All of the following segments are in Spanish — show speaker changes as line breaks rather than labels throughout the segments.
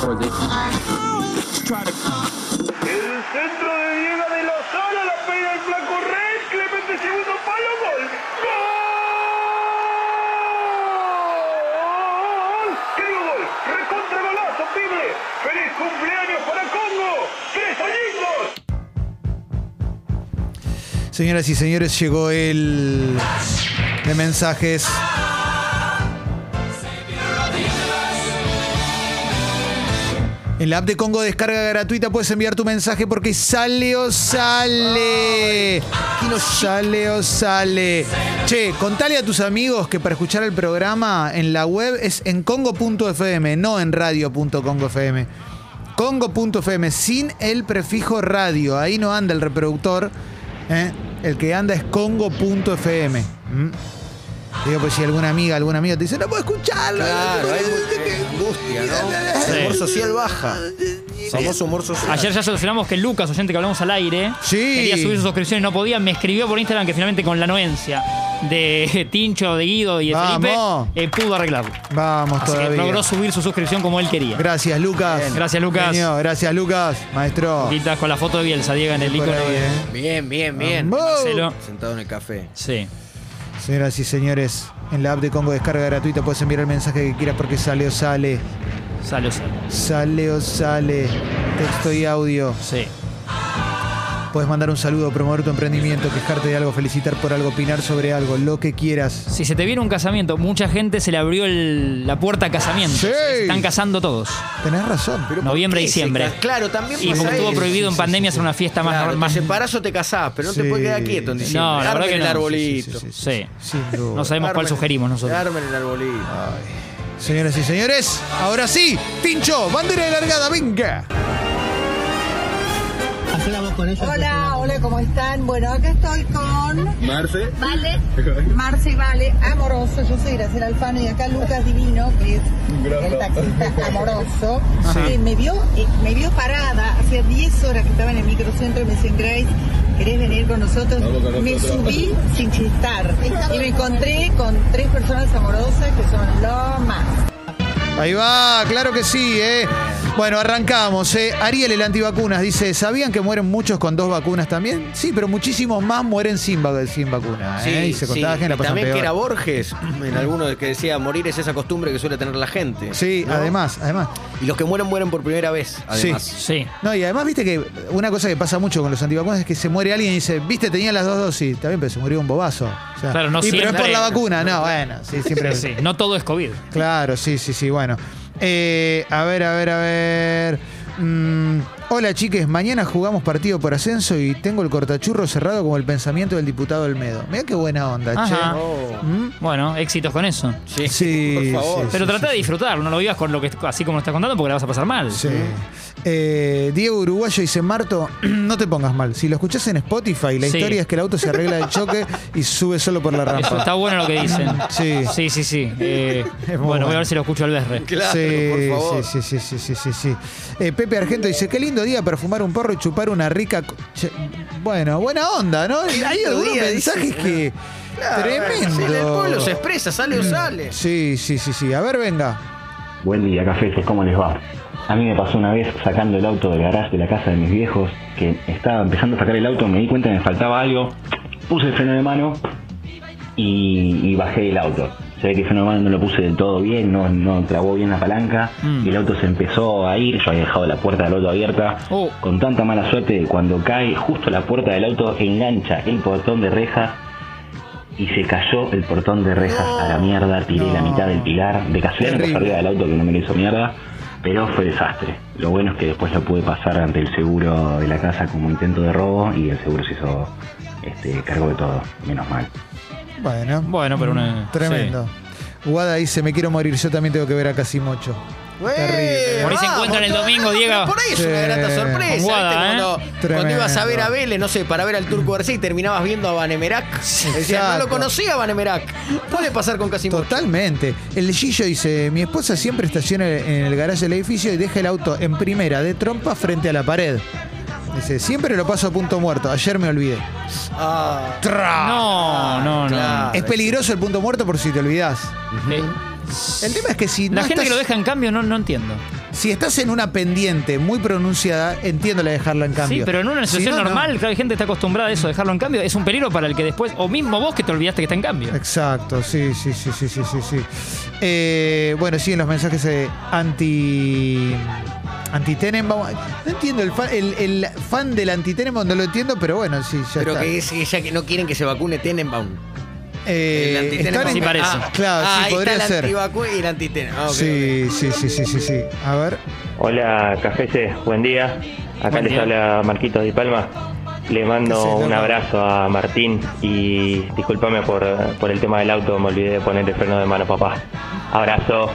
for this. Try to
El centro de Diego de Lozano, la pega el flaco Rey, Clemente segundo palo, gol. ¡Gol! ¡Qué lindo gol! ¡Recontra golazo, pibe! ¡Feliz cumpleaños para Congo! ¡Tres añitos!
Señoras y señores, llegó el de mensajes. En la app de Congo descarga gratuita puedes enviar tu mensaje porque sale o sale. Sale o sale. Che, contale a tus amigos que para escuchar el programa en la web es en congo.fm, no en radio.congo.fm. Congo.fm, sin el prefijo radio. Ahí no anda el reproductor. ¿eh? El que anda es congo.fm. ¿Mm? Digo, pues si alguna amiga, alguna amiga te dice, no puedo escucharlo.
Claro, hay mucha angustia, ¿no? El humor social baja. Famoso humor social.
Ayer ya solucionamos que Lucas, oyente que hablamos al aire,
Sí.
quería subir sus suscripciones, no podía. Me escribió por Instagram que finalmente con la anuencia de Tincho, de Guido y de
Vamos.
Felipe, eh, pudo arreglarlo.
Vamos
Así que
todavía.
logró subir su suscripción como él quería.
Gracias, Lucas.
Bien. Gracias, Lucas.
Genio, gracias, Lucas. Maestro.
Quitas con la foto de Bielsa, Diego en el
Por
icono
ahí,
de
¿eh?
Bien, bien, bien.
Vamos.
Marcelo.
Sentado en el café.
Sí.
Señoras y señores, en la app de Congo descarga gratuita puedes enviar el mensaje que quieras porque sale o sale.
Sale, sale.
Sale o sale. Texto y audio.
Sí.
Puedes mandar un saludo, promover tu emprendimiento, quejarte de algo, felicitar por algo, opinar sobre algo, lo que quieras.
Si se te viene un casamiento, mucha gente se le abrió el- la puerta a casamiento.
Sí.
Se están casando todos.
Tenés razón.
Pero
Noviembre,
¿por qué
diciembre.
se ca- Claro, también
Y
pasa
porque estuvo
eso.
prohibido en pandemia hacer una fiesta más.
Claro, te
más-
separás o te casás, pero no
Sí.
te puedes quedar quieto en diciembre.
No, la verdad
Armen
que
el
no.
arbolito.
Sí.
Sin duda.
No sabemos cuál
Armen-
sugerimos nosotros.
Armen el arbolito.
Señoras y señores, ahora sí, Tincho, bandera de largada, venga.
Hola, hola, ¿cómo están? Bueno, acá estoy con
Marce.
Vale, Marce y Vale, amoroso. Yo soy Graciela Alfano y acá Lucas Divino, que es el taxista amoroso. que me, vio, eh, me vio parada, hacía 10 horas que estaba en el microcentro y me decían, Grace, ¿querés venir con nosotros?
Vamos con
Me
nosotros.
subí sin chistar y me encontré con tres personas amorosas que son lo más.
Ahí va, claro que sí, ¿eh? Bueno, arrancamos. ¿eh? Ariel, el antivacunas, dice, ¿sabían que mueren muchos con dos vacunas también? Sí, pero muchísimos más mueren sin, vacunas sin vacuna. ¿eh? y se contagian
sí.
la
Y
pasan
También
peor.
que era Borges, en alguno que decía, morir es esa costumbre que suele tener la gente.
Sí,
¿no?
además, además.
Y los que mueren, mueren por primera vez, además.
Sí.
No, y además, viste que una cosa que pasa mucho con los antivacunas es que se muere alguien y dice, viste, tenía las dos dosis. Está bien, pero se murió un bobazo. O sea,
Claro, no
y, Pero es por
siempre-
la vacuna, no, bueno, sí, siempre.
Sí, no todo es COVID.
Claro, sí, sí, sí, bueno. Eh, a ver, a ver, a ver. Mm, hola chiques, mañana jugamos partido por ascenso y tengo el cortachurro cerrado como el pensamiento del diputado Olmedo. Mirá qué buena onda,
Ajá.
che.
Oh.
Mm,
Bueno, éxitos con eso.
Sí,
Sí,
por favor.
sí,
Pero trata de disfrutar, no lo vivas con lo que así como lo estás contando porque la vas a pasar mal.
Sí. Eh, Diego Uruguayo dice, Marto, no te pongas mal. Si lo escuchás en Spotify, la
Sí.
historia es que el auto se arregla del choque y sube solo por la
Eso está
rampa.
bueno lo que dicen.
Sí.
Sí, sí, sí. Eh,
muy
bueno, voy
bueno.
a ver si lo escucho al berre.
Claro,
sí,
por favor.
sí, sí, sí, sí, sí, sí. Eh, Pepe Argento dice, qué lindo día para fumar un porro y chupar una rica... co- che- Bueno, buena onda, ¿no? Hay
lindo
algunos
día,
mensajes
dice,
que...
Claro,
Tremendo.
sí, El pueblo se expresa, sale o sale.
Sí, sí, sí, sí. A ver, venga.
Buen día, cafeces, ¿cómo les va? A mí me pasó una vez sacando el auto del garaje de la casa de mis viejos, que estaba empezando a sacar el auto, me di cuenta que me faltaba algo, puse el freno de mano y, y bajé el auto. Se ve que el freno de mano no lo puse del todo bien, no, no trabó bien la palanca
Mm.
y el auto se empezó a ir, yo había dejado la puerta del auto abierta.
Oh.
Con tanta mala suerte, cuando cae justo la puerta del auto, engancha el portón de reja y se cayó el portón de rejas a la mierda, tiré la
No.
mitad del pilar, de casualidad me pasó
Terrible.
arriba del auto que no me lo hizo mierda, pero fue desastre. Lo bueno es que después lo pude pasar ante el seguro de la casa como intento de robo y el seguro se hizo este, cargo de todo, menos mal.
Bueno.
Bueno, pero una-
Tremendo. Guada dice, me quiero morir, yo también tengo que ver a Casimocho. Terrible.
Por ahí se encuentran el domingo, Diego.
Por ahí es una
Sí.
grata sorpresa.
Con Guada,
¿viste?
¿eh?
cuando, cuando ibas a ver a
Tremendo.
Vélez, no sé, para ver al Turco García y terminabas viendo a Vanemerac. Decías, no
exacto.
lo conocía Vanemerac. Puede pasar con Casimiro.
Totalmente. El Gillo dice, mi esposa siempre estaciona en el garaje del edificio y deja el auto en primera, de trompa, frente a la pared. Dice, siempre lo paso a punto muerto. Ayer me olvidé.
Ah,
No, no, no.
claro.
Es peligroso el punto muerto por si te olvidás.
Eh,
El tema es que si
La
no
gente que
estás-
lo deja en cambio no, no entiendo.
Si estás en una pendiente muy pronunciada, entiendo la de dejarla en cambio.
Sí, pero en una
Si
situación
no, no.
normal, claro, hay gente que está acostumbrada a eso, dejarlo en cambio. Es un peligro para el que después, o mismo vos que te olvidaste que está en cambio.
Exacto, sí, sí, sí, sí, sí, sí, sí. Eh, bueno, siguen los mensajes eh, anti. Antitenem, vamos. No entiendo el fan, el, el fan del antitenem, no lo entiendo, pero bueno, sí, ya
Pero
está.
que, es, que ya que no quieren que se vacune Tenenbaum.
Eh,
El antitenem-
están en-
Sí, parece.
Ah, claro,
ah,
sí,
ahí
podría
está
ser.
El antivacu y el antitenem. Ah, ok,
Sí, sí, sí, sí, sí, sí. A ver.
Hola, Cafese, buen día. Acá
Buen
les
día.
habla Marquitos Di Palma. Le mando
Cafese,
un
no, no.
abrazo a Martín y discúlpame por, por el tema del auto, me olvidé de poner el freno de mano, papá. Abrazo.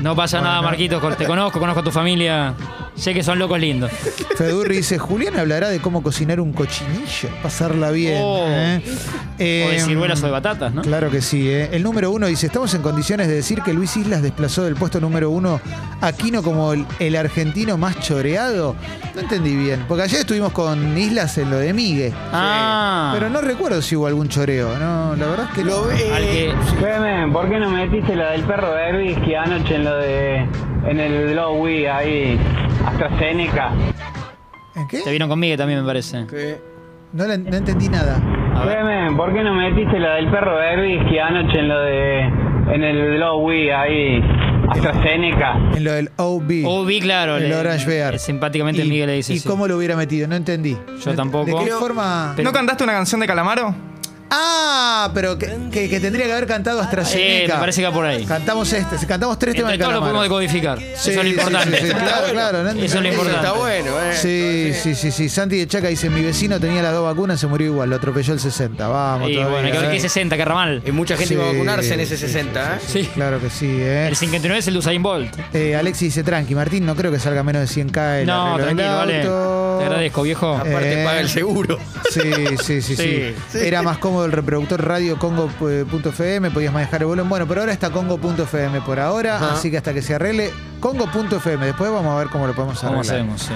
No pasa nada, Marquitos, con- te conozco, conozco a tu familia. Sé que son locos lindos.
Fedurri dice, Julián hablará de cómo cocinar un cochinillo, pasarla bien.
Oh.
¿eh?
O de
Em,
ciruelas o de batatas, ¿no?
Claro que sí. ¿eh? El número uno dice, estamos en condiciones de decir que Luis Islas desplazó del puesto número uno a Quino como el, el argentino más choreado. No entendí bien, porque ayer estuvimos con Islas en lo de Migue.
Ah,
Pero no recuerdo si hubo algún choreo, ¿no? La verdad es que
Lo ve-
al que.
Clemen, ¿por qué no metiste la del perro Derby que anoche en lo de. en el Lowy ahí, AstraZeneca?
¿En qué?
Te vieron conmigo también, me parece.
que-
No, la- no entendí nada.
A ver.
Clemen, Eh, ¿por qué no metiste la del perro Derby que anoche en lo de. en el Lowy ahí, AstraZeneca?
En lo del OB.
O Oh, vi, claro.
El
le-
Orange Bear.
Simpáticamente
y,
Miguel le dice.
¿Y
sí.
cómo lo hubiera metido? No entendí.
Yo tampoco.
¿De qué
Creo-
forma?
Pero-
¿No cantaste una canción de Calamaro?
Ah, pero que, que- que tendría que haber cantado AstraZeneca.
Eh, me parece que va por ahí.
Cantamos este, si cantamos tres temas
Entre
de
todos lo
Calamaro.
podemos decodificar.
Sí,
Eso es lo
sí,
importante.
sí, sí, claro, claro, no-
Eso es lo
eso
importante.
Está bueno, eh.
Sí, sí, sí, sí. Santi de Chaca dice, mi vecino tenía las dos vacunas, se murió igual, lo atropelló el 60. Vamos,
Y
todavía,
bueno, hay que ver
¿eh?
qué 60, qué ramal.
Y mucha gente
Sí,
va a vacunarse en ese
sí,
60, ¿eh?
Sí.
Claro que sí, ¿eh?
El 59 es el de Usain Bolt.
Eh, Alexis dice, tranqui, Martín, no creo que salga menos de 100k el
No,
arreglo Eh, del
tranquilo, vale. Te
auto".
agradezco, viejo.
Eh,
Aparte paga el seguro.
Sí, sí, sí, sí,
Sí,
Era más cómodo el reproductor radio congo.fm, podías manejar el volumen. Bueno, pero ahora está congo.fm por ahora,
Ajá.
así que hasta que se arregle, congo.fm. Después vamos a ver cómo lo podemos
¿Cómo
arreglar.
hacemos? Sí.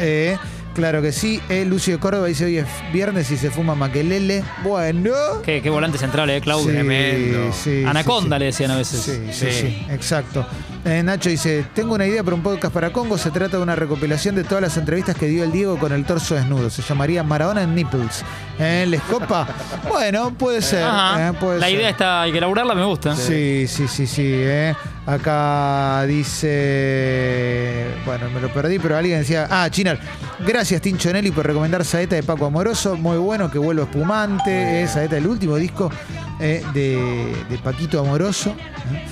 Eh, claro que sí. Eh, Lucio de Córdoba dice hoy es viernes y se fuma maquelele. Bueno.
Qué, qué volante central, eh, Claudio.
Sí,
tremendo.
sí,
Anaconda
sí,
le decían a veces.
Sí, sí, sí,
Sí.
sí, exacto. Eh, Nacho dice, tengo una idea para un podcast para Congo, se trata de una recopilación de todas las entrevistas que dio el Diego con el torso desnudo, se llamaría Maradona en Nipples. Eh, ¿Les copa? Bueno, puede ser.
Ajá.
eh, puede
La
ser.
idea está, hay que elaborarla, me gusta.
Sí, sí, sí, sí. eh. Acá dice. Bueno, me lo perdí, pero alguien decía. Ah, Chinar. Gracias, Tincho Nelly, por recomendar Saeta de Paco Amoroso. Muy bueno, que vuelva espumante. eh, Saeta, el último disco eh, de, de Paquito Amoroso. eh.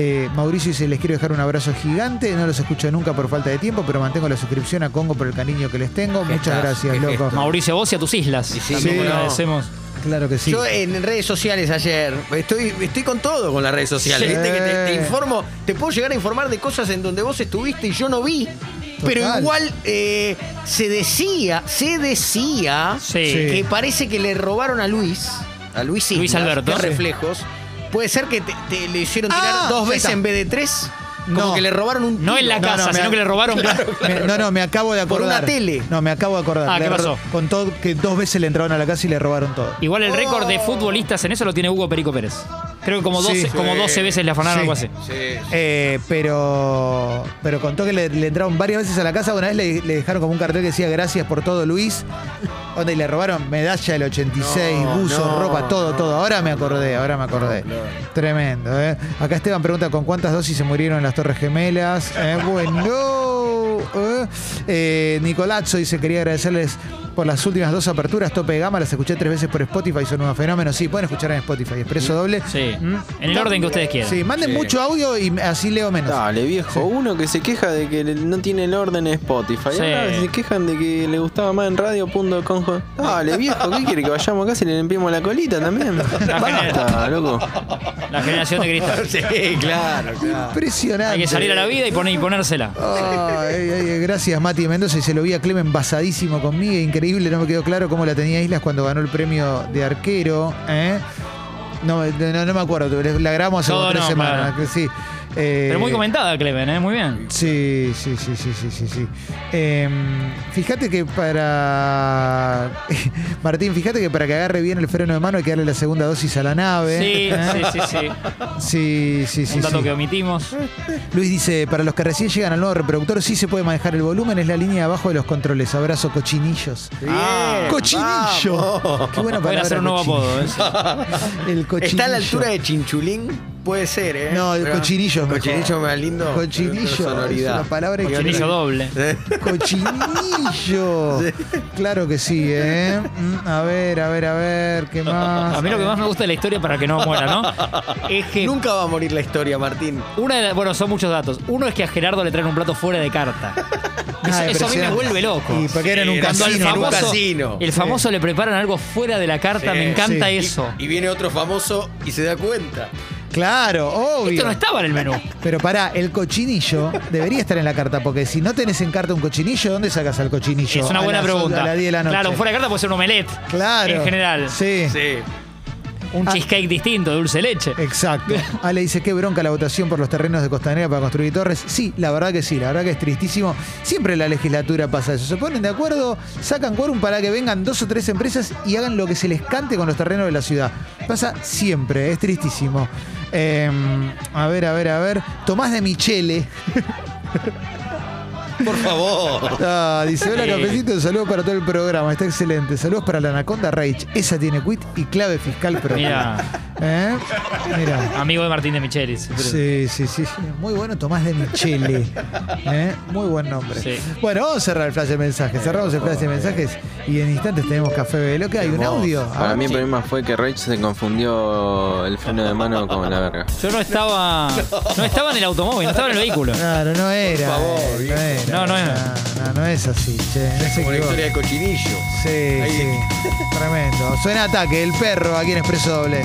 Eh, Mauricio dice, les quiero dejar un abrazo gigante, no los escucho nunca por falta de tiempo, pero mantengo la suscripción a Congo por el cariño que les tengo. Muchas
Gestazo,
gracias,
qué
loco.
gesto.
Mauricio, vos y a tus islas.
sí,
También
sí,
te
no.
agradecemos.
Claro que sí.
Yo en redes sociales ayer, estoy, estoy con todo con las redes sociales.
Sí. Eh.
¿viste? Que te, te informo, te puedo llegar a informar de cosas en donde vos estuviste y yo no vi. Pero
Total.
igual eh, se decía, se decía
Sí.
Sí.
que parece que le robaron a Luis, a Luis,
Luis
Islas,
Alberto.
que es reflejos. Puede ser que te, te le hicieron tirar
Ah,
dos
ya
veces
está.
en vez de tres. Como
No.
que le robaron un
No en la
tiro.
casa,
no, me
sino
ha-
que le robaron.
Me- no, no, me acabo de
Por
acordar.
una tele.
No, me acabo de acordar.
Ah, ¿qué
Le ro-
pasó?
Con todo, que dos veces le entraron a la casa y le robaron todo.
Igual el récord de futbolistas en eso lo tiene Hugo Perico Pérez. Creo que como
Oh. Sí.
12, como 12 veces le afanaron
Sí.
algo así.
Eh, pero pero contó que le, le entraron varias veces a la casa. Una vez le, le dejaron como un cartel que decía gracias por todo, Luis. Onda, y le robaron medalla del 86,
No,
buzos,
no,
ropa, todo, todo. Ahora me acordé, ahora me acordé. Tremendo, ¿eh? Acá Esteban pregunta con cuántas dosis se murieron en las Torres Gemelas. Eh, bueno. eh. Eh, Nicolazzo dice, quería agradecerles por las últimas dos aperturas, tope de gama, las escuché tres veces por Spotify, son un fenómeno. Sí, pueden escuchar en Spotify, expreso doble. ¿Mm?
Sí. En el orden que ustedes quieran.
Sí, manden mucho audio y así leo menos.
Dale, viejo, uno que se queja de que no tiene el orden en Spotify.
Sí. ahora se
quejan de que le gustaba más en radio.com. Dale, viejo, ¿qué quiere? Que vayamos acá y le limpiemos la colita también.
Basta,
loco.
La generación de cristal.
Sí, claro, claro.
Impresionante.
Hay que salir a la vida y, poner, y ponérsela.
Ay, ay, ay, gracias Mati Mendoza y se lo vi a Clemen basadísimo conmigo, increíble, no me quedó claro cómo la tenía Islas cuando ganó el premio de arquero. ¿eh? No, no, no me acuerdo, la grabamos hace
Todo
como tres
no,
semanas.
claro.
que Sí. Eh,
Pero muy comentada, Clemen, ¿eh? Muy bien.
Sí, sí, sí, sí, sí, sí, sí. Eh, fíjate que para. Martín, fíjate que para que agarre bien el freno de mano hay que darle la segunda dosis a la nave.
Sí,
¿eh?
sí, sí, sí.
Sí, sí, sí.
Un dato
sí.
que omitimos.
Luis dice, para los que recién llegan al nuevo reproductor, sí se puede manejar el volumen, es la línea de abajo de los controles. Abrazo, cochinillos.
Ah,
¡Cochinillo! Qué buena palabra.
Pueden hacer un nuevo
cochinillo.
apodo. ¿eh? Sí.
El cochinillo.
¿Está a la altura de Chinchulín? Puede ser, ¿eh?
No, el cochinillo es mejor.
Cochinillo más lindo.
Cochinillo,
Otra sonoridad.
es una palabra que-
Cochinillo doble.
Cochinillo. Claro que sí, ¿eh? Mm, A ver, a ver, a ver, ¿qué más?
A mí lo que más me gusta de la historia, para que no muera, ¿no? Es que
Nunca va a morir la historia, Martín.
Una de las- bueno, son muchos datos. Uno es que a Gerardo le traen un plato fuera de carta. Eso,
Ah,
eso a mí me
impresionante.
vuelve loco.
Y porque era en un
Cuando al
casino,
en un
famoso-
casino.
El famoso le preparan algo fuera de la carta,
Sí,
me encanta
sí.
eso.
Y, y viene otro famoso y se da cuenta.
Claro, obvio.
Esto no estaba en el menú.
Pero pará, el cochinillo debería estar en la carta, porque si no tenés en carta un cochinillo, ¿dónde sacas al cochinillo?
es una
A
buena
las-
pregunta.
A las 10 de la noche.
Claro, fuera de carta puede ser un omelette.
Claro.
En general.
Sí.
Sí.
Un
Ah. Eh.
cheesecake distinto, dulce de leche.
Exacto. Ale dice, qué bronca la votación por los terrenos de Costanera para construir torres. Sí, la verdad que sí, la verdad que es tristísimo. Siempre en la legislatura pasa eso. Se ponen de acuerdo, sacan quórum para que vengan dos o tres empresas y hagan lo que se les cante con los terrenos de la ciudad. Pasa siempre, es tristísimo. Eh, a ver, a ver, a ver. Tomás de Michele.
Por favor.
Ah, dice, hola
Sí.
cafecito, saludos para todo el programa, está excelente. Saludos para la Anaconda Rage. Esa tiene quit y clave fiscal propia.
Mirá.
¿Eh? Mirá.
Amigo de Martín de Michelis.
Sí, sí, sí, sí. Muy bueno Tomás de Michele. ¿Eh? Muy buen nombre.
Sí.
Bueno, vamos a cerrar el flash de mensajes. Cerramos el flash de mensajes y en instantes tenemos café Bebé. que hay un audio.
Para
Ah,
mí el
sí.
problema fue que Rage se confundió el freno de mano con la verga.
Yo no estaba. No estaba en el automóvil, no estaba en el vehículo.
Claro, no era.
favor,
eh,
viejo.
no, era.
No, no era.
No, no, no es así, che. No se
Como la
equivoque.
historia de Cochinillo.
Sí,
Ahí.
sí. Tremendo. Suena ataque, el perro aquí en Expreso Doble.